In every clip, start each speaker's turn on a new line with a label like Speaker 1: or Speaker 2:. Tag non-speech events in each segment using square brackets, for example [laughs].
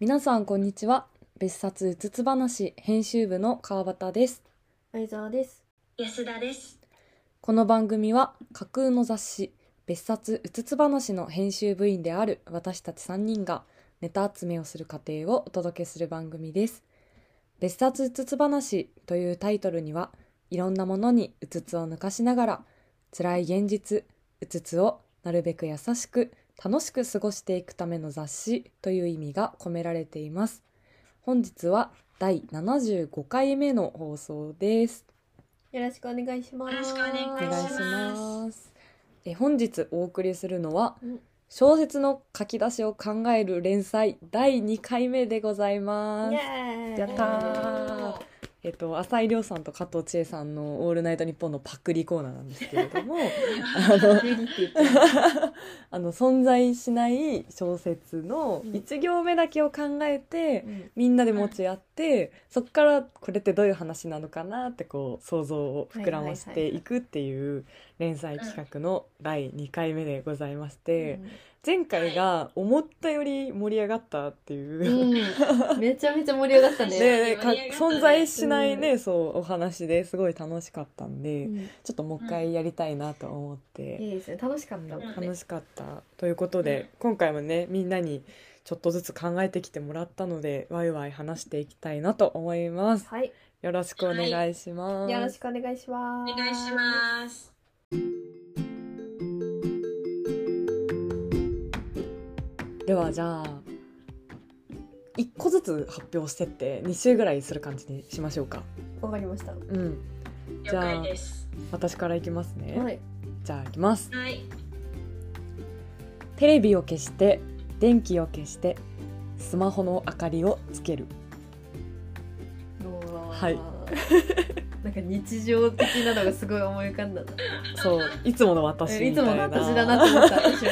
Speaker 1: 皆さんこんにちは別冊うつつ話編集部の川端です
Speaker 2: 相沢です。
Speaker 3: 安田です。
Speaker 1: この番組は架空の雑誌別冊うつつ話の編集部員である私たち3人がネタ集めをする過程をお届けする番組です別冊うつつ話というタイトルにはいろんなものにうつつを抜かしながら辛い現実うつつをなるべく優しく楽しく過ごしていくための雑誌という意味が込められています本日は第75回目の放送です
Speaker 2: よろしくお願いします。
Speaker 3: よろしくお願いし
Speaker 1: お
Speaker 3: ます
Speaker 1: 願いします。え本日お送りするのは
Speaker 2: うん
Speaker 1: 小説の書き出しを考える連載第2回目でございます
Speaker 2: イエ。ーイ。
Speaker 1: やったーえっと浅井亮さんと加藤千恵さんの「オールナイトニッポン」のパクリコーナーなんですけれどもあの
Speaker 2: 無理って言って。
Speaker 1: あの存在しない小説の1行目だけを考えて、みんなで持ち合ってそこからこれってどういう話なのかなってこう想像を膨らませていくっていう連載企画の第2回目でございまして、前回が思ったより盛り上がったっていうう、
Speaker 2: ん。うんめちゃめちゃ盛り上がった
Speaker 1: ね
Speaker 2: [laughs] ね。
Speaker 1: ねか
Speaker 3: 盛り上がったね
Speaker 1: 存在しないね、そうお話ですごい楽しかったんで、
Speaker 2: うん
Speaker 1: ちょっともう一回やりたいなと思って。
Speaker 2: いいですね。楽しかったもんね。
Speaker 1: 楽しかったということで、今回もねみんなにちょっとずつ考えてきてもらったのでワイワイ話していきたいなと思います
Speaker 2: はい。
Speaker 1: よろしくお願いします、
Speaker 2: よろしくお願いしま
Speaker 3: お
Speaker 2: す。
Speaker 3: 願いします。
Speaker 1: ではじゃあ一個ずつ発表してって二週ぐらいする感じにしましょうか
Speaker 2: わかりました。
Speaker 1: うんじ
Speaker 3: 了
Speaker 1: ゃあ
Speaker 3: 解です。
Speaker 1: 私からいきますね、
Speaker 2: はい。
Speaker 1: じゃあいきます [laughs]
Speaker 3: はい。
Speaker 1: テレビを消して電気を消してスマホの明かりをつけるはい。
Speaker 2: [laughs] なんか日常的なのがすごい思い浮かんだな。
Speaker 1: そういつもの私
Speaker 2: い
Speaker 1: み
Speaker 2: つも
Speaker 1: たい
Speaker 2: の
Speaker 1: な
Speaker 2: 私だなと思った。私は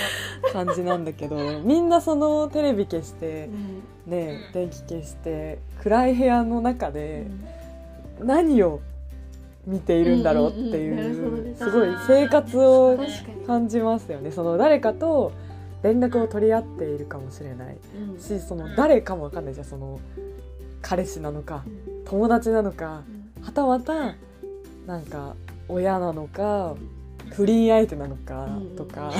Speaker 1: 感じなんだけどみんなそのテレビ消して
Speaker 2: うん
Speaker 1: ね
Speaker 3: うん
Speaker 1: 電気消して暗い部屋の中
Speaker 2: う
Speaker 1: で
Speaker 2: ん
Speaker 1: 何を見ているんだろうってい
Speaker 2: うんうんうんなるほど
Speaker 1: う
Speaker 2: ね
Speaker 1: すごい生活を
Speaker 2: 確かに。
Speaker 1: 感じますよねその誰かと連絡を取り合っているかもしれない
Speaker 2: うん
Speaker 1: しその誰かもわかんないじゃんその彼氏なのか
Speaker 2: うん
Speaker 1: 友達なのか
Speaker 2: うん
Speaker 1: はたまたなんか親なのか不倫相手なのかとか。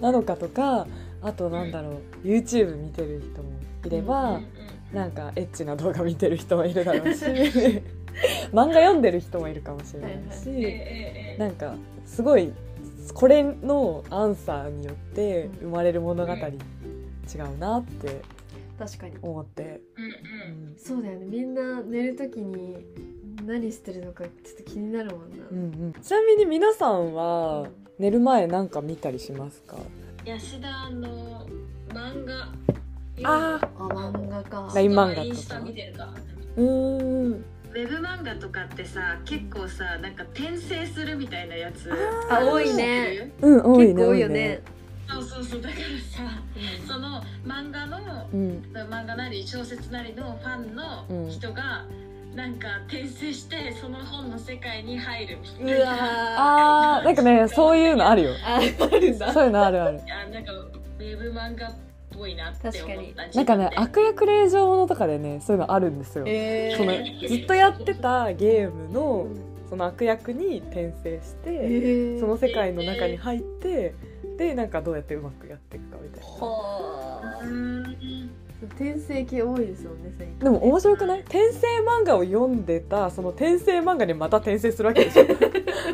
Speaker 1: なのかとかあとなんだろう YouTube 見てる人もいれば、
Speaker 2: うん
Speaker 1: なんかエッチな動画見てる人もいるだろう
Speaker 2: [laughs]
Speaker 1: し漫画読んでる人もいるかもしれないし、なんかすごいこれのアンサーによって生まれる物語違うなって
Speaker 2: 確かに。
Speaker 1: 思って、うん
Speaker 2: そうだよねみんな寝るときに何してるのかちょっと気になるもんな、
Speaker 1: うんうんちなみに皆さん
Speaker 2: う
Speaker 1: は
Speaker 2: ん
Speaker 1: 寝る前なんか見たりしますか
Speaker 3: 安田の漫画。
Speaker 1: あー
Speaker 2: あ漫画か
Speaker 1: ライン漫画とか
Speaker 3: インスタ見てるか。
Speaker 1: うーん
Speaker 3: ウェブ漫画とかってさ、結構さ、なんか転生するみたいなやつ。
Speaker 2: あ多いね。
Speaker 1: うん多い
Speaker 2: 結
Speaker 1: ね
Speaker 2: 構
Speaker 1: 多
Speaker 2: 多い
Speaker 1: い
Speaker 2: よ
Speaker 1: ね
Speaker 2: ね、
Speaker 3: そうそうそう、だからさ、その漫画の。
Speaker 1: うん
Speaker 3: 漫画なり小説なりのファンの人が、なんか転生してその本の世界に入るみたいな
Speaker 1: あーなんかねそういうのあるよ
Speaker 2: ああるんだ
Speaker 1: そういうのあるある
Speaker 3: いやなんかウェブ漫画っぽいなって思った
Speaker 1: なんかね
Speaker 3: あ
Speaker 1: 悪役令状ものとかでねそういうのあるんですよ、
Speaker 2: え
Speaker 1: その
Speaker 2: ー
Speaker 1: ずっとやってたゲームのその悪役に転生して、
Speaker 2: え
Speaker 1: その世界の中に入ってでなんかどうやってうまくやっていくかみたいな
Speaker 2: は
Speaker 3: うーん
Speaker 2: 転生系多いですもんね最近
Speaker 1: でも面白くない転生漫画を読んでたその転生漫画にまた転生するわけ
Speaker 2: [laughs]
Speaker 1: でしょ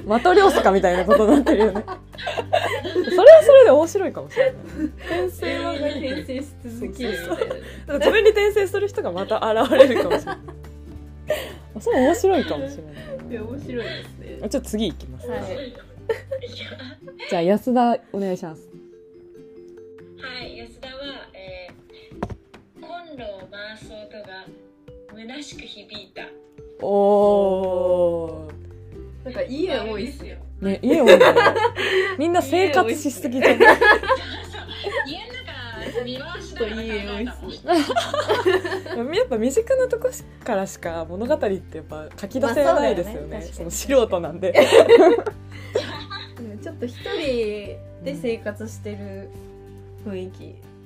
Speaker 1: また漁師かみたいなことになってるよねそれはそれで面白いかもしれない転生
Speaker 2: 映
Speaker 1: 漫
Speaker 2: 画
Speaker 1: 画
Speaker 2: が
Speaker 1: に
Speaker 2: 転生し続けるみたいな
Speaker 1: なんか自分に転生する人がまた現れるかもしれない。それ面白いかもしれない。
Speaker 2: いや面白いです
Speaker 1: あ
Speaker 2: ね
Speaker 1: ちょっと次行きます。
Speaker 2: はい
Speaker 3: いや
Speaker 1: じゃあ安田お願いします。
Speaker 3: はい安田は、えーコンロを回す音が虚しく響いた
Speaker 1: おお。
Speaker 2: なんか家多い
Speaker 3: [laughs]
Speaker 2: っすよ
Speaker 3: よ
Speaker 1: ね家を、ね、
Speaker 2: [laughs]
Speaker 1: みんな生活しすぎじゃない。
Speaker 3: 家の中見回しながら考えたもん
Speaker 2: ちょっ
Speaker 1: やっぱ身近なとこからしか物語ってやっぱ書き出せないですよね。
Speaker 2: まあそうだよね確かに
Speaker 1: その素人なんで。
Speaker 2: うんちょっと一人で生活してる雰囲気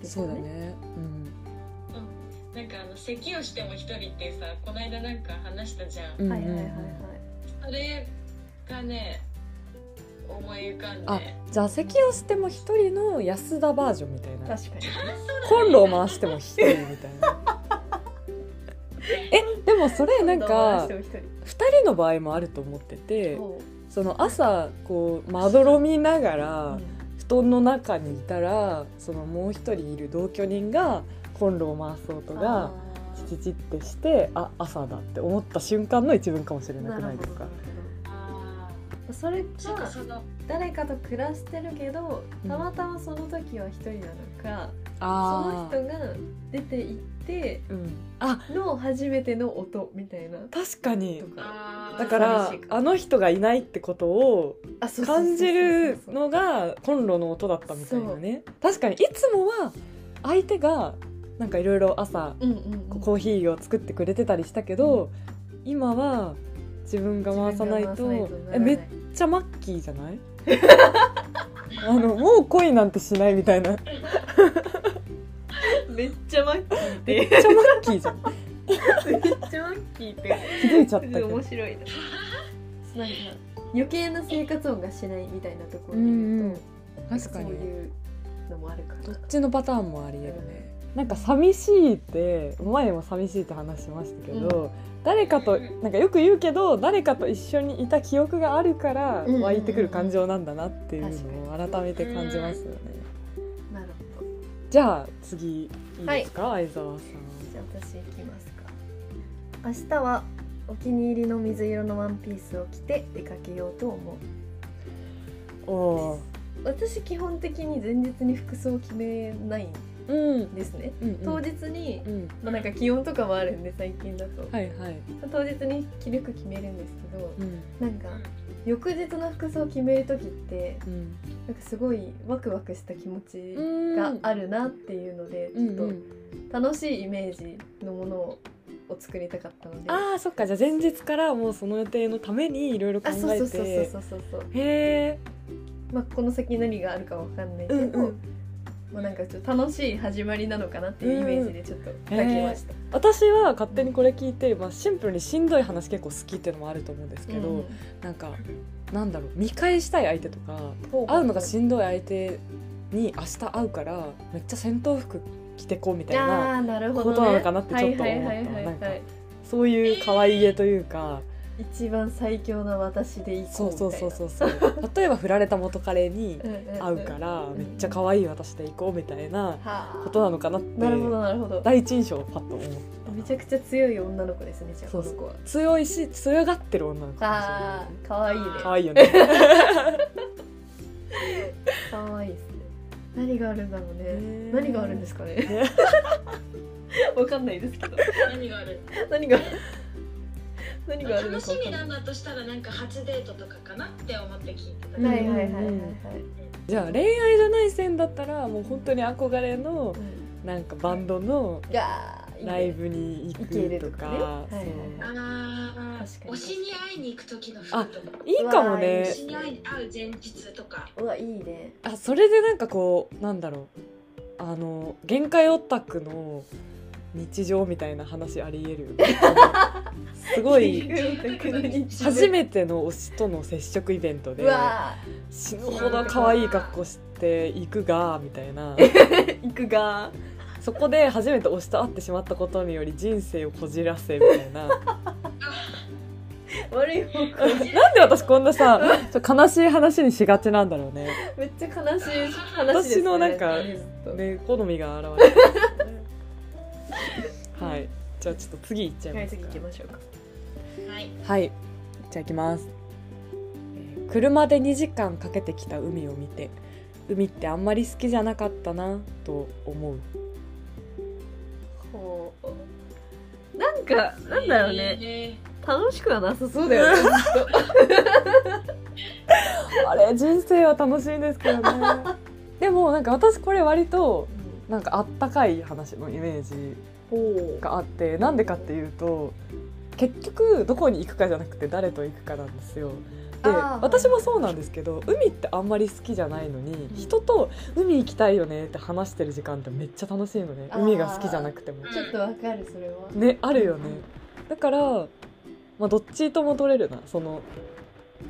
Speaker 2: ですよね
Speaker 1: ね。うん。
Speaker 3: なんかあの咳をしても一人ってさこの間なんか話したじゃん、
Speaker 1: うんうん
Speaker 2: はいはいはいは
Speaker 3: それがね思い浮かんで
Speaker 1: あじゃあ席をしても一人の安田バージョンみたい
Speaker 2: い
Speaker 1: な
Speaker 2: 確か
Speaker 1: コンロを回しても一人みたいなえでもそれ
Speaker 2: に
Speaker 1: なんか
Speaker 2: どうしても
Speaker 1: 二人の場合もあると思って
Speaker 2: 一
Speaker 1: て
Speaker 2: 人おう
Speaker 1: その朝こうまどろみなが
Speaker 2: う
Speaker 1: ら
Speaker 2: ん
Speaker 1: 布団の中にいたらそのもう一人いる同居人がコンロを回す音が
Speaker 2: あ
Speaker 1: チ
Speaker 2: ー
Speaker 1: チチってしてあ朝だって思った瞬間の一文かもしれなく
Speaker 2: なる
Speaker 1: な
Speaker 2: ほ
Speaker 1: い
Speaker 2: ど
Speaker 1: ですか
Speaker 2: なる
Speaker 3: あ
Speaker 2: ほどそれ
Speaker 3: ーそうか
Speaker 2: か
Speaker 3: その
Speaker 2: 誰かと暮らしてるけど
Speaker 1: うん
Speaker 2: たまたまその時は一人なのか、
Speaker 1: あ
Speaker 2: その人が出て行って
Speaker 1: ーうん、あ
Speaker 2: の初めての音みたいな
Speaker 1: 確かに
Speaker 2: とか
Speaker 3: あー
Speaker 1: だか
Speaker 2: 寂
Speaker 1: ら
Speaker 2: しいか
Speaker 1: あの人がいないってことを
Speaker 2: あそうそうそうそう
Speaker 1: 感じるのがコンロの音だったみたいなね確かにいつもは相手がなんかいろいろ朝
Speaker 2: うんうんうん、
Speaker 1: コーヒーを作ってくれてたりしたけど、今は自分が回さない
Speaker 2: 自
Speaker 1: と
Speaker 2: 分が回さな
Speaker 1: え
Speaker 2: い
Speaker 1: めっちゃマッキーじゃない [laughs] あのもう恋なんてしないみたいな
Speaker 2: めっちゃマッキーっ
Speaker 1: めってちゃマッキーじゃん
Speaker 2: めっちゃマッキーって
Speaker 1: 気づいちゃったけど
Speaker 2: 面白い
Speaker 1: [laughs]
Speaker 2: ななんか余計な生活音がしないみたいなところ
Speaker 1: う
Speaker 2: に
Speaker 1: んうん
Speaker 2: いると
Speaker 1: 確
Speaker 2: そ
Speaker 1: か
Speaker 2: う
Speaker 1: に
Speaker 2: いうのもあるか
Speaker 1: ど
Speaker 2: ら
Speaker 1: っちのパターンもありえるね。なんか寂しいって前も寂しいって話しましたけど、誰かとなんかよく言うけど誰かと一緒にいた記憶があるから
Speaker 2: うんうんうん
Speaker 1: 湧いてくる感情なんだなっていうのを改めて感じますよね。
Speaker 2: なるほど
Speaker 1: じゃあ次いいですか、相沢さん。
Speaker 2: じゃあ私行きますか明日はお気に入りの水色のワンピースを着て出かけようと思う
Speaker 1: おー
Speaker 2: 私基本的に前日に服装を決めないん
Speaker 1: うんうん
Speaker 2: ですね
Speaker 1: うん
Speaker 2: 当日に、
Speaker 1: うん
Speaker 2: まあなんか気温とかもあるんで最近だと、
Speaker 1: はいはい。
Speaker 2: 当日に着る服決めるんですけど
Speaker 1: うん
Speaker 2: なんか翌日の服装を決める時って
Speaker 1: うん。
Speaker 2: なんかすごいワクワクした気持ち
Speaker 1: うん
Speaker 2: があるなっていうので、
Speaker 1: うん
Speaker 2: ち
Speaker 1: う
Speaker 2: ょっ
Speaker 1: ん。
Speaker 2: と楽しいイメージのものを作りたかったので
Speaker 1: ああそっかじゃあ前日からもうその予定のためにいろいろ考
Speaker 2: あそう
Speaker 1: え
Speaker 2: そうそう
Speaker 1: て。
Speaker 2: そうそうそうそう、
Speaker 1: へえ。
Speaker 2: まあ、この先何があるかわかんないけ
Speaker 1: う
Speaker 2: ど、
Speaker 1: んうん。
Speaker 2: まあ、なんかちょっと楽しい始まりなのかなっていうイメージでちょっと書きました、
Speaker 1: 私は勝手にこれ聞いて、まあ、シンプルにしんどい話結構好きっていうのもあると思うんですけど、
Speaker 2: うん
Speaker 1: なんかなんだろう見返したい相手とか
Speaker 2: ほう
Speaker 1: 会うのがしんどい相手に明日会うからめっちゃ戦闘服着てこうみたいな
Speaker 2: あーなるほど、
Speaker 1: こ
Speaker 2: ね、
Speaker 1: となのかなってちょっと思った
Speaker 2: はいはいはいは
Speaker 1: なん
Speaker 2: い、
Speaker 1: か
Speaker 2: はい、
Speaker 1: そういう可愛げというか
Speaker 2: 一番最強な私でいこう
Speaker 1: そう
Speaker 2: みたいな
Speaker 1: そうそうそうそ
Speaker 2: [laughs]
Speaker 1: う例えば振られた元彼に
Speaker 2: うんうんうん
Speaker 1: 会うから
Speaker 2: うん
Speaker 1: めっちゃ可愛い私で行こうみたいな
Speaker 2: はあ
Speaker 1: ことなのかなって
Speaker 2: なるほどなるほど
Speaker 1: 第一印象をパッと思っ
Speaker 2: めちゃくちゃ強い女の子ですねじゃあ
Speaker 1: そう
Speaker 2: こ
Speaker 1: そ
Speaker 2: の
Speaker 1: う
Speaker 2: 子は
Speaker 1: た強いし強がってる女の子かもしれない
Speaker 2: ああ可愛いね
Speaker 1: 可愛いよね。 [laughs]
Speaker 2: 可愛いですね何があるんだろうね
Speaker 1: ね
Speaker 2: 何があるんですかね
Speaker 1: ね
Speaker 2: [laughs] わかんないですけど
Speaker 3: 何がある
Speaker 2: 何が何があるの
Speaker 3: 楽
Speaker 2: か
Speaker 3: し
Speaker 2: わか
Speaker 3: み
Speaker 2: ん
Speaker 3: な
Speaker 2: ない
Speaker 3: んだとしたらなんか初デートとかかなって思って聞いてたけど、
Speaker 1: な
Speaker 2: はいはいはいはいはい、
Speaker 1: じゃあ恋愛じゃない線だったらもう本当に憧れの
Speaker 2: うん
Speaker 1: なんかバンドの
Speaker 2: がーいいね
Speaker 1: ライブに行くとか
Speaker 2: 行けるとかねはいはいはい
Speaker 1: そ
Speaker 3: ああ
Speaker 2: 確かに
Speaker 3: 推しに会いに行く時の服とか
Speaker 1: ういいかも
Speaker 2: うわ
Speaker 1: ね
Speaker 2: ー
Speaker 3: 推しに会いに会う前日とか
Speaker 2: うわいいね
Speaker 1: あそれでなんかこうなんだろうあの限界オタクの日常みたいな話ありえるよ
Speaker 2: [laughs]
Speaker 1: ねあのすごい初めての推しとの接触イベントで
Speaker 2: うわ
Speaker 1: 死ぬほど可愛い格好して行くがみたいな。
Speaker 2: ー行くがー
Speaker 1: そこで初めて推しと会ってしまったことにより人生をこじらせみたい
Speaker 2: [laughs]
Speaker 1: な
Speaker 2: 悪い方向
Speaker 1: なんで私こんな
Speaker 2: [laughs]
Speaker 1: さちょっと悲しい話にしがちなんだろうね
Speaker 2: めっちゃ悲しい話で
Speaker 1: 私
Speaker 2: す、ね、
Speaker 1: のなんか
Speaker 2: ずっと
Speaker 1: ね好みが現れてますねはいじゃあちょっと次いっちゃい
Speaker 2: はい
Speaker 1: ます
Speaker 2: 次
Speaker 1: か
Speaker 2: 行きましょうか
Speaker 3: はい
Speaker 1: はいじゃあいきますえー車で2時間かけてきた海を見て海ってあんまり好きじゃなかったなと思う
Speaker 2: ほうなんかなんだろうね
Speaker 3: ね
Speaker 2: 楽しくはなさそうだよね
Speaker 1: あれ人生は楽しいですけどね
Speaker 2: [laughs]
Speaker 1: でもなんか私これ割となんかあったかい話のイメージ
Speaker 2: ほ
Speaker 1: があってなんでかっていうと結局どこに行くかじゃなくて誰と行くかなんですよって
Speaker 2: あー
Speaker 1: 私もそうなんですけど海ってあんまり好きじゃないのに、
Speaker 2: うん
Speaker 1: 人と「海行きたいよね」って話してる時間ってめっちゃ楽しいのね
Speaker 2: あー
Speaker 1: 海が好きじゃなくても。
Speaker 2: ちょっとわかるそれは
Speaker 1: ねあるよねだから、まあ、どっちとも取れるなその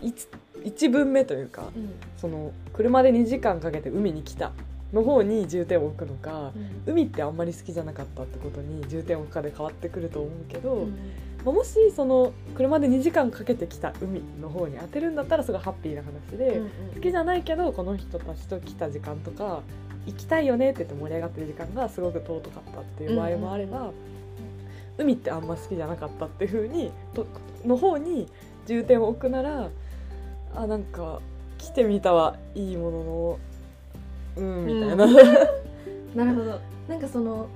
Speaker 1: 1分目というか
Speaker 2: うん
Speaker 1: その車で2時間かけて海に来たの方に重点を置くのか
Speaker 2: うん
Speaker 1: 海ってあんまり好きじゃなかったってことに重点を置くかで変わってくると思うけど、
Speaker 2: うん
Speaker 1: まあもしその車で2時間かけてきた海の方に当てるんだったらすごいハッピーな話で、好きじゃないけどこの人たちと来た時間とか行きたいよねって言って盛り上がってる時間がすごく尊かったっていう場合もあれば、海ってあんま好きじゃなかったっていう風にとの方に重点を置くならあなんか来てみたはいいもののうんみたいな、
Speaker 2: なるほどなんかその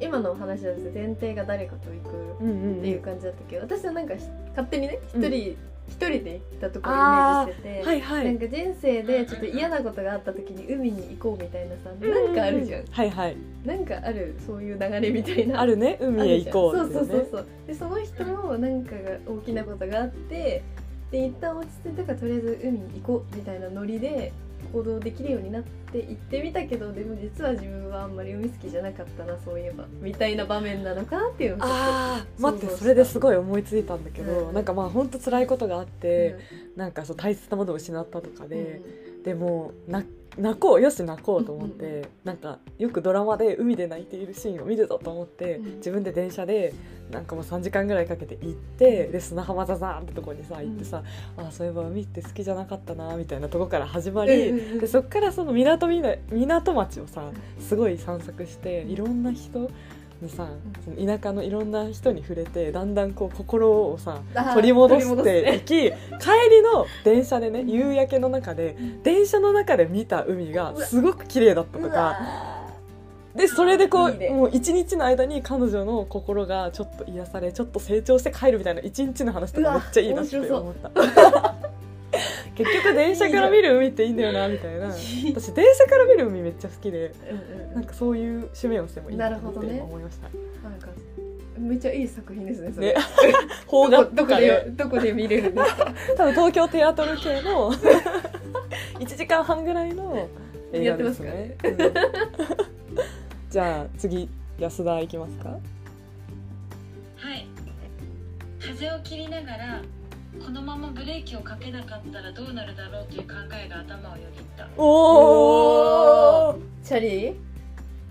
Speaker 2: 今のお話だと前提が誰かと行く
Speaker 1: うんうん
Speaker 2: っ
Speaker 1: うん
Speaker 2: ていう感じだったけど、私はなんかひ勝手にね一
Speaker 1: うん
Speaker 2: 人、一人で行ったところをイメージしてて、
Speaker 1: はいはい
Speaker 2: なんか人生でちょっと嫌なことがあった時に海に行こうみたいなさなんかあるじゃん、
Speaker 1: ううはいはい
Speaker 2: なんかあるそういう流れみたいな
Speaker 1: あるね海へ行こう
Speaker 2: あ
Speaker 1: っ
Speaker 2: る
Speaker 1: て
Speaker 2: じ
Speaker 1: いう
Speaker 2: ゃんそうそ
Speaker 1: ね
Speaker 2: うそうそうでその人もなんかが大きなことがあってで一旦落ち着いたからとりあえず海に行こうみたいなノリで行動できるようになって行ってみたけどでも実は自分はあんまり海好きじゃなかったなそういえばみたいな場面なのかなっていうのをちょっと
Speaker 1: あー
Speaker 2: そう
Speaker 1: 待っ
Speaker 2: そ
Speaker 1: て
Speaker 2: う
Speaker 1: それですごい思いついたんだけど、
Speaker 2: うん
Speaker 1: なんかまあ本当辛いことがあっ
Speaker 2: う
Speaker 1: て
Speaker 2: ん、
Speaker 1: なんかそう大切なものを失ったとかで、
Speaker 2: うん
Speaker 1: でもな泣こうよし泣こうと思って、
Speaker 2: うん
Speaker 1: なんかよくドラマで海で泣いているシーンを見るぞと思って、
Speaker 2: うん
Speaker 1: 自分で電車でなんかもう3時間ぐらいかけて行ってで砂浜ザザーンってとこにさ行ってさ、ああそういえば海って好きじゃなかったなみたいなとこから始まり、でそっからその港みな港町をさすごい散策していろんな人にさその田舎のいろんな人に触れてだんだんこう心をさ取り戻していき帰りの電車でね夕焼けの中で電車の中で見た海がすごく綺麗だったとか
Speaker 2: か
Speaker 1: でそれでこう
Speaker 2: いいね
Speaker 1: もう一日の間に彼女の心がちょっと癒されちょっと成長して帰るみたいな一日の話とかめっちゃいいなって思った [laughs] 結局電車から見る海っていいんだよなみたいな私電車から見る海めっちゃ好きでなんかそういう趣味をしてもいいなって
Speaker 2: なるほどね
Speaker 1: 思いました
Speaker 2: なんかめっちゃいい作品ですねそ
Speaker 1: ね
Speaker 2: れ
Speaker 1: 邦
Speaker 2: ど
Speaker 1: 画
Speaker 2: ことどこ
Speaker 1: か
Speaker 2: で
Speaker 1: で
Speaker 2: どこで見れるんですか
Speaker 1: 多分東京テアトル系の [laughs] 1時間半ぐらいの映画ですねうんじゃあ次安田行きますか
Speaker 3: はい風を切りながらこのままブレーキをかけなかったらどうなるだろうという考えが頭をよぎった
Speaker 1: お
Speaker 2: お
Speaker 1: お
Speaker 2: チャリ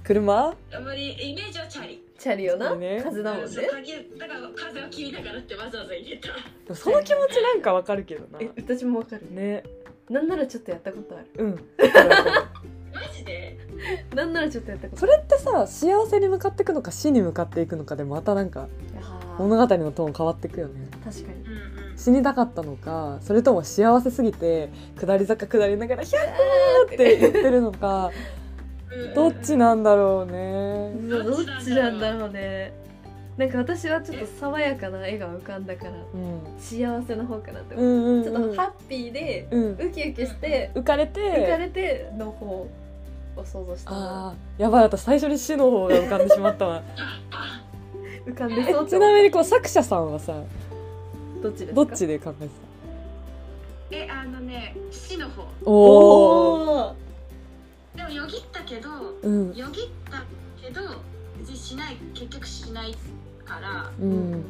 Speaker 1: 車
Speaker 3: あまりイメージはチャリ
Speaker 2: チャリよな、
Speaker 1: そうね
Speaker 2: 風だもんね
Speaker 3: そう鍵だから風を切りながらってわざわざ入れた
Speaker 1: その気持ちなんかわかるけどな
Speaker 2: え私もわかる
Speaker 1: ね
Speaker 2: なんならちょっとやったことある
Speaker 1: うん
Speaker 3: マジで
Speaker 2: なんならちょっとやったこと
Speaker 1: それってさ幸せに向かっていくのか死に向かっていくのかでまたなんか
Speaker 2: ある
Speaker 1: 物語のトーン変わってくよね
Speaker 2: 確かに
Speaker 3: うんうん
Speaker 1: 死にたかったのかそれとも幸せすぎて下り坂下りながら「ひゃー!」って言ってるのか
Speaker 3: うん
Speaker 1: どっちなんだろうね
Speaker 2: うわどっちなんだろうねなんか私はちょっと爽やかな絵が浮かんだから
Speaker 1: うん
Speaker 2: 幸せの方かなって
Speaker 1: う
Speaker 2: 思う、
Speaker 1: んうんうん
Speaker 2: ちょっとハッピーで
Speaker 1: うん
Speaker 2: ウキウキして
Speaker 1: 浮かれて
Speaker 2: 浮かれての方を想像したな
Speaker 1: あーやばい私最初に死の方が浮かんでしまった
Speaker 2: [laughs]
Speaker 1: わ
Speaker 2: 浮かんでそう
Speaker 1: ちなみにこう作者さんはさ
Speaker 2: どっちですか
Speaker 1: どっちで考えて
Speaker 3: えあのね父の方
Speaker 1: たおお
Speaker 2: おー
Speaker 3: でもよぎったけど
Speaker 1: うん
Speaker 3: よぎったけど別にしない結局しないから
Speaker 1: う
Speaker 2: うん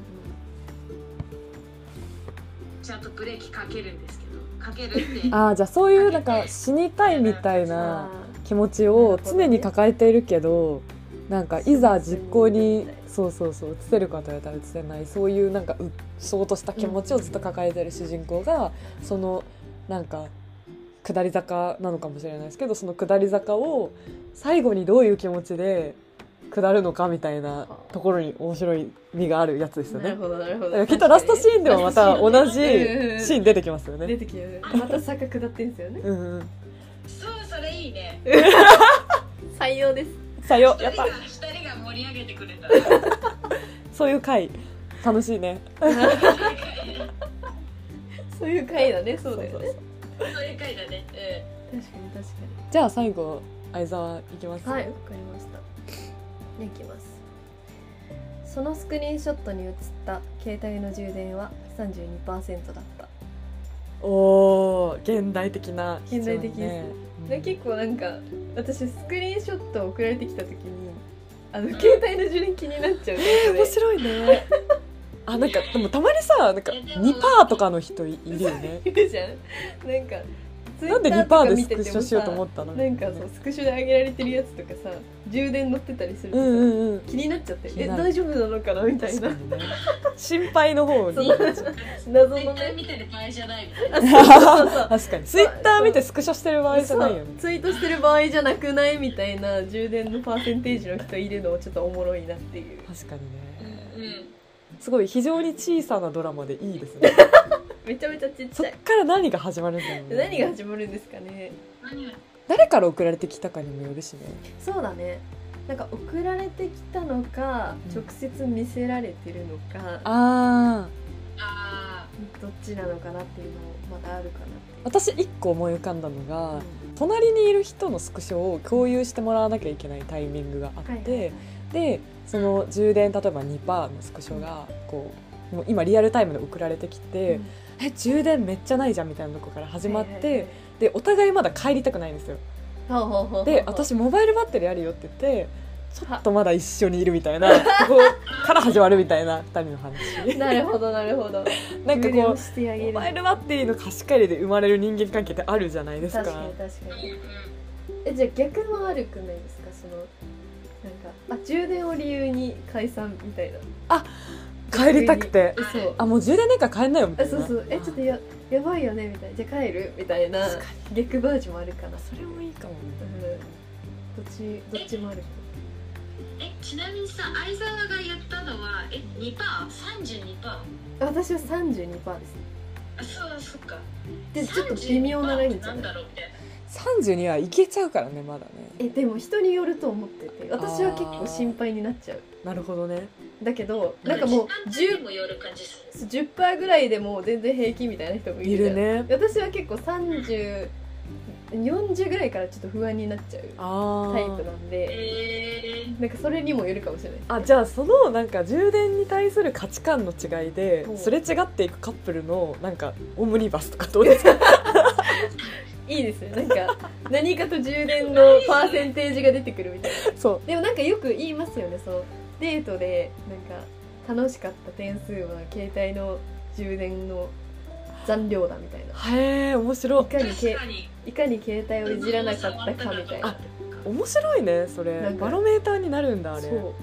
Speaker 3: ちゃんとブレーキかけるんですけどかけるって
Speaker 1: あーじゃあそういうなんか死にたいみたいな気持ちを常に抱えているけどなんかいざ実行にそうそうそう移せるかと言われたら移せないそういうなんかうっそうとした気持ちをずっと抱えている主人公がそのなんか下り坂なのかもしれないですけどその下り坂を最後にどういう気持ちで下るのかみたいなところに面白い身があるやつですよ
Speaker 2: なる
Speaker 1: ね。
Speaker 2: ほどなるほ
Speaker 1: だか
Speaker 2: ど
Speaker 1: らきっとラストシーンでもまた同じシ
Speaker 2: うんうん
Speaker 1: ーン出てきますよ
Speaker 2: 出
Speaker 1: ね。
Speaker 2: てきてるまた坂下ってんすよね
Speaker 1: うんうん、
Speaker 3: そうそれいいね
Speaker 2: 採用です
Speaker 1: さよや
Speaker 3: 2
Speaker 1: っ
Speaker 3: 人
Speaker 1: ぱ
Speaker 3: が二人が盛り上げてくれた
Speaker 1: そういう回楽しいね。
Speaker 2: そういう回だねそうだよね
Speaker 3: そういう回だね
Speaker 2: 確かに確か
Speaker 1: じゃあ最後相沢いきます。
Speaker 2: にはいわかりましたでいきますそのスクリーンショットに写った携帯の充電は32%だった
Speaker 1: おー現代的な
Speaker 2: 現代的です
Speaker 1: 貴重
Speaker 2: ね
Speaker 1: な
Speaker 2: で結構なんか私スクリーンショット送られてきた時にあの携帯の充電気になっちゃうタイプで
Speaker 1: 面白い
Speaker 2: [laughs]
Speaker 1: ねあなんかでもたまにさなんか2パーとかの人いるよね
Speaker 2: いるじゃんなんか
Speaker 1: なんで
Speaker 2: Twitter
Speaker 1: 2
Speaker 2: と
Speaker 1: パ
Speaker 2: か
Speaker 1: ーで
Speaker 2: 見
Speaker 1: ス
Speaker 2: てて
Speaker 1: ク
Speaker 2: もさ
Speaker 1: ショしようと思ったの
Speaker 2: なんかそうスクショで上げられてるやつとかさ充電乗ってたりすると
Speaker 1: う
Speaker 2: さ、
Speaker 1: んうんうん
Speaker 2: 気になっちゃって
Speaker 1: 気
Speaker 2: え
Speaker 1: になる
Speaker 2: 大丈夫なのかなみたい
Speaker 1: 確
Speaker 2: な
Speaker 1: かにね心配の方
Speaker 2: そう
Speaker 1: に
Speaker 2: 謎の
Speaker 3: 絶対
Speaker 2: ね
Speaker 3: 見てる場合じゃないみたいな
Speaker 1: [laughs] 確かにツイッター見てスクショしてる場合じゃないよ
Speaker 2: そう
Speaker 1: ね
Speaker 2: ツイートしてる場合じゃなくないみたいな充電のパーセンテージの人いるのちょっとおもろいなっていう
Speaker 1: 確かに
Speaker 3: う
Speaker 1: ね
Speaker 3: ん
Speaker 1: すごい非常に小さなドラマでいい
Speaker 2: [laughs]
Speaker 1: ですね
Speaker 2: めちゃめちゃちっ
Speaker 1: そ
Speaker 2: ちゃ
Speaker 1: っ
Speaker 2: い
Speaker 1: から何が始まるんだろうね
Speaker 2: 何が始まるんですかね
Speaker 3: 何を
Speaker 1: 誰から送られてきたかにもよるしね
Speaker 2: そうだねなんか送られてきたのか
Speaker 1: うん
Speaker 2: 直接見せられてるのか
Speaker 1: ああ
Speaker 3: あ
Speaker 2: どっちなのかなっていうのもまたあるかなって
Speaker 1: 私一個思い浮かんだの
Speaker 2: うん
Speaker 1: が
Speaker 2: は
Speaker 1: 隣にいる人のスクショを共有してもらわなきゃいけないタイミングがあって、
Speaker 2: いはいはい
Speaker 1: でその充電例えば2%のスクショがこうもう今リアルタイムで送られてきて、
Speaker 2: うん
Speaker 1: え充電めっちゃないじゃんみたいなとこから始まって、
Speaker 2: はいはいはい
Speaker 1: でお互いまだ帰りたくないんですよ
Speaker 2: ほうほうほうほう
Speaker 1: で私モバイルバッテリーあるよって言ってちょっとまだ一緒にいるみたいな
Speaker 2: [laughs]
Speaker 1: ここから始まるみたいな2人の話
Speaker 2: [laughs] なるほどなるほど
Speaker 1: なんか
Speaker 2: 充電
Speaker 1: こ
Speaker 2: をしてあ
Speaker 1: う
Speaker 2: げ
Speaker 1: モ
Speaker 2: る
Speaker 1: バイルバッテリーの貸し借りで生まれる人間関係ってあるじゃないですか
Speaker 2: 確かに確か
Speaker 3: ー
Speaker 2: に
Speaker 3: うん
Speaker 2: えじゃあ逆も悪くないですかそのなんかあ充電を理由に解散みたいな
Speaker 1: 帰りたくて
Speaker 2: えそう
Speaker 1: あもう充電なんか帰んないよみた
Speaker 2: あ
Speaker 1: いな
Speaker 2: そうそうえちょっと
Speaker 1: あ
Speaker 2: ややばいよねみたいなじゃあ帰るみたいな
Speaker 1: 確か
Speaker 2: 逆バージョンもあるかな
Speaker 1: それもいいかもね
Speaker 2: うんどっちどっちもある
Speaker 3: えちなみにさ相沢が言ったのはえ2パー32パー
Speaker 2: 私は32%です
Speaker 3: あそうそっか
Speaker 2: でちょっと微妙なラインじゃ
Speaker 3: なん
Speaker 2: な
Speaker 3: だ
Speaker 2: い
Speaker 3: ろうみたいな
Speaker 1: 32はいけちゃうからねまだね
Speaker 2: えでも人によると思ってて私は結構心配になっちゃう
Speaker 1: なるほどね
Speaker 2: だけどなんかもう
Speaker 3: 10
Speaker 2: 10
Speaker 3: もよる感じする
Speaker 2: 10%ぐらいでもう全然平気みたいな人もい
Speaker 1: い
Speaker 2: るじゃん
Speaker 1: るね
Speaker 2: 私は結構3040ぐらいからちょっと不安になっちゃう
Speaker 1: あ
Speaker 2: タイプ
Speaker 1: ー
Speaker 2: なんで
Speaker 3: えー
Speaker 2: なんかそれにもよるかもしれない
Speaker 1: あじゃあそのなんか充電に対する価値観の違いで
Speaker 2: そう
Speaker 1: すれ違っていくカップルのなんかオムニバスとかどうですか
Speaker 2: いいですねなんか [laughs] 何かと充電のパーセンテージが出てくるみた [laughs] いな
Speaker 1: [laughs] そう
Speaker 2: でもなんかよく言いますよねそうデートでなんか楽しかった点数は携帯の充電の残量だみたいな
Speaker 1: へえ面白
Speaker 2: いかにけ
Speaker 3: 確かに
Speaker 2: いかに携帯をいじらなかったかみたいな
Speaker 1: 面白いねそ
Speaker 2: な
Speaker 1: れ
Speaker 2: んか
Speaker 1: バロメーターになるんだあれ
Speaker 2: そ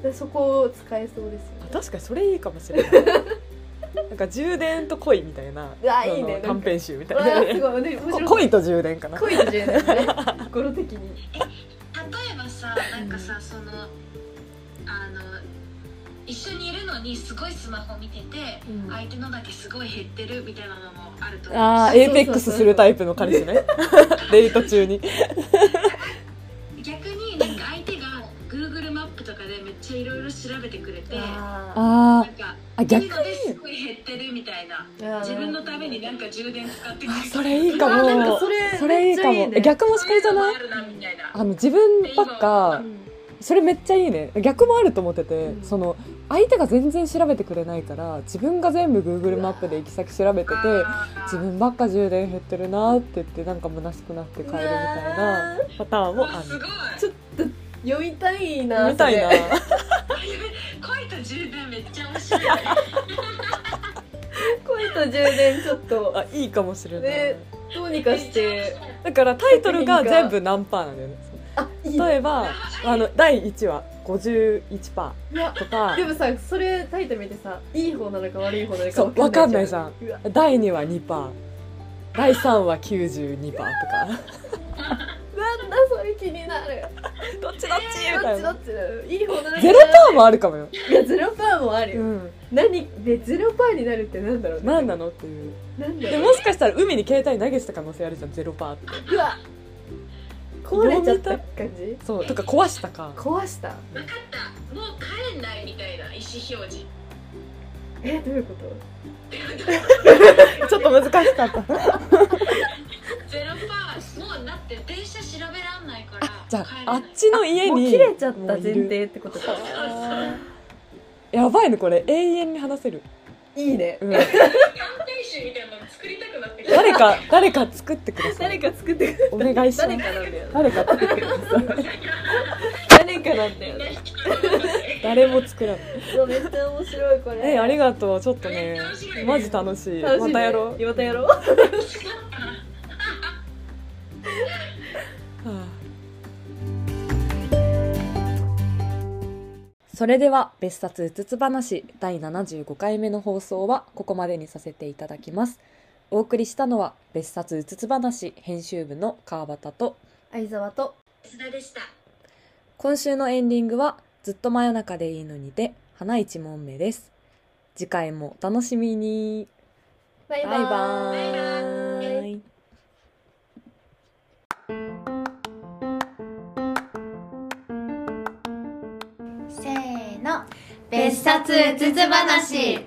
Speaker 2: うでそこを使えそうですよ
Speaker 1: あ
Speaker 2: ね
Speaker 1: 確かにそれいいかもしれない
Speaker 2: [laughs]
Speaker 1: なんか充電と恋みたいな
Speaker 2: うわ
Speaker 1: あの
Speaker 2: いいねなんか
Speaker 1: 短編集みた
Speaker 2: わあ
Speaker 1: いな
Speaker 2: す
Speaker 1: ね
Speaker 2: [laughs] ごいね面
Speaker 1: こ [laughs]
Speaker 2: 白い
Speaker 1: 恋と充電かな
Speaker 2: 恋の10年ね語呂的に
Speaker 3: 例えばさなんかさそのあの一緒にいるのにすごいスマホ見てて、
Speaker 1: うん
Speaker 3: 相手のだけすごい減ってるみたいなのもあると思う
Speaker 1: ああ
Speaker 2: そう
Speaker 1: エ
Speaker 2: そ
Speaker 1: ー
Speaker 2: うそう
Speaker 1: ペックスするタイプの彼氏
Speaker 2: [laughs]
Speaker 1: ねデート中に
Speaker 3: 逆になんか相手が Google マップとかでめっちゃいろいろ調べてくれてなんか
Speaker 2: あ
Speaker 1: ああ逆
Speaker 3: 自分のですごい減ってるみたいな
Speaker 2: ー
Speaker 3: 自分のためになんか充電使ってくれ
Speaker 1: あ
Speaker 3: て
Speaker 1: それいいか
Speaker 2: あなん
Speaker 1: も
Speaker 2: かそれ
Speaker 1: それいいかも
Speaker 2: めっちゃいいね
Speaker 1: え逆もしかりじゃ
Speaker 3: そう
Speaker 1: な
Speaker 3: う
Speaker 1: い
Speaker 3: のもあるなみたいな
Speaker 1: あの自分ばっ
Speaker 2: う
Speaker 1: か
Speaker 2: ん
Speaker 1: それめっちゃいいね逆もあると思ってて、
Speaker 2: うん
Speaker 1: その相手が全然調べてくれないから自分が全部 Google マップで行き先調べてて
Speaker 3: あー
Speaker 1: 自分ばっか充電減ってるなーって言ってなんか虚しくなって帰るみたいな
Speaker 2: うわー
Speaker 1: パターンもあ
Speaker 3: あす
Speaker 1: る
Speaker 3: ごい
Speaker 2: ちょっと読みたいな
Speaker 1: みたいな
Speaker 2: それ
Speaker 3: 恋と充電めっちゃ面白い
Speaker 2: 恋と充電ちょっと
Speaker 1: あいいかもしれない、
Speaker 2: ねどうにかして
Speaker 1: だからタイトルが全部何パーなんだよね
Speaker 2: あいい
Speaker 1: 例えばあの第1話51%パ
Speaker 2: いや
Speaker 1: ーとか
Speaker 2: でもさそれタイトル見てさいい方なのか悪い方なのか
Speaker 1: そう
Speaker 2: 分かんない
Speaker 1: わか
Speaker 2: うわ
Speaker 1: 第2話2%パー第3話92%パーとか
Speaker 2: なんだそれ気になる
Speaker 1: どっちどっちみ
Speaker 2: ど
Speaker 1: た
Speaker 2: っ
Speaker 1: い
Speaker 2: ちど
Speaker 1: な
Speaker 2: っちだろういい方なのか
Speaker 1: ゼロパーもあるかもよ、
Speaker 2: いやゼロパーもある
Speaker 1: う
Speaker 2: よ
Speaker 1: ん、
Speaker 2: 何でゼロパーになるってなんだろうね
Speaker 1: 何なのっていう
Speaker 2: なんだ
Speaker 1: で
Speaker 2: ろう
Speaker 1: もしかしたら海に携帯投げてた可能性あるじゃんゼロパーって
Speaker 2: うわ壊れちゃった感じ
Speaker 1: そうとか壊したか
Speaker 2: 壊した
Speaker 3: 分かったもう帰んないみたいな意思表示
Speaker 2: えどういうこと
Speaker 1: ちょっと難しかった
Speaker 3: ゼロパーもうだって電車調べらんないから
Speaker 1: じゃ
Speaker 3: 帰れ
Speaker 1: あ
Speaker 3: な
Speaker 1: あ
Speaker 3: い
Speaker 1: っちの家に
Speaker 2: もう切れちゃった前
Speaker 1: もういる
Speaker 2: 提ってことか
Speaker 1: やばいねこれ永遠に話せる、
Speaker 2: いいね
Speaker 1: うん、
Speaker 3: 短編集集みたいなの作りたくなってきた
Speaker 1: 誰か誰か作ってくださ
Speaker 2: 誰
Speaker 1: い
Speaker 2: か作ってくれ
Speaker 1: お願いします
Speaker 2: 誰かなんだよね
Speaker 1: 誰か作ってください
Speaker 2: 誰かなん [laughs] だよね
Speaker 1: [laughs]
Speaker 3: [laughs]
Speaker 1: 誰も作らない
Speaker 2: そうめっちゃ面白いこれ
Speaker 1: えありがとうちょっとね
Speaker 3: 楽しいね
Speaker 1: マジ楽しい
Speaker 2: 楽しいね
Speaker 1: またやろう
Speaker 2: またやろう
Speaker 1: それでは別冊うつつ話第75回目の放送はここまでにさせていただきますお送りしたのは別冊うつつ話編集部の川端と
Speaker 2: 相沢と
Speaker 3: 津田でした
Speaker 1: 今週のエンディングはずっと真夜中でいいのにで花一問目です次回もお楽しみに
Speaker 2: バイバ
Speaker 1: バイバ
Speaker 2: ーイ
Speaker 1: ーイ
Speaker 4: せーの別冊うつつ話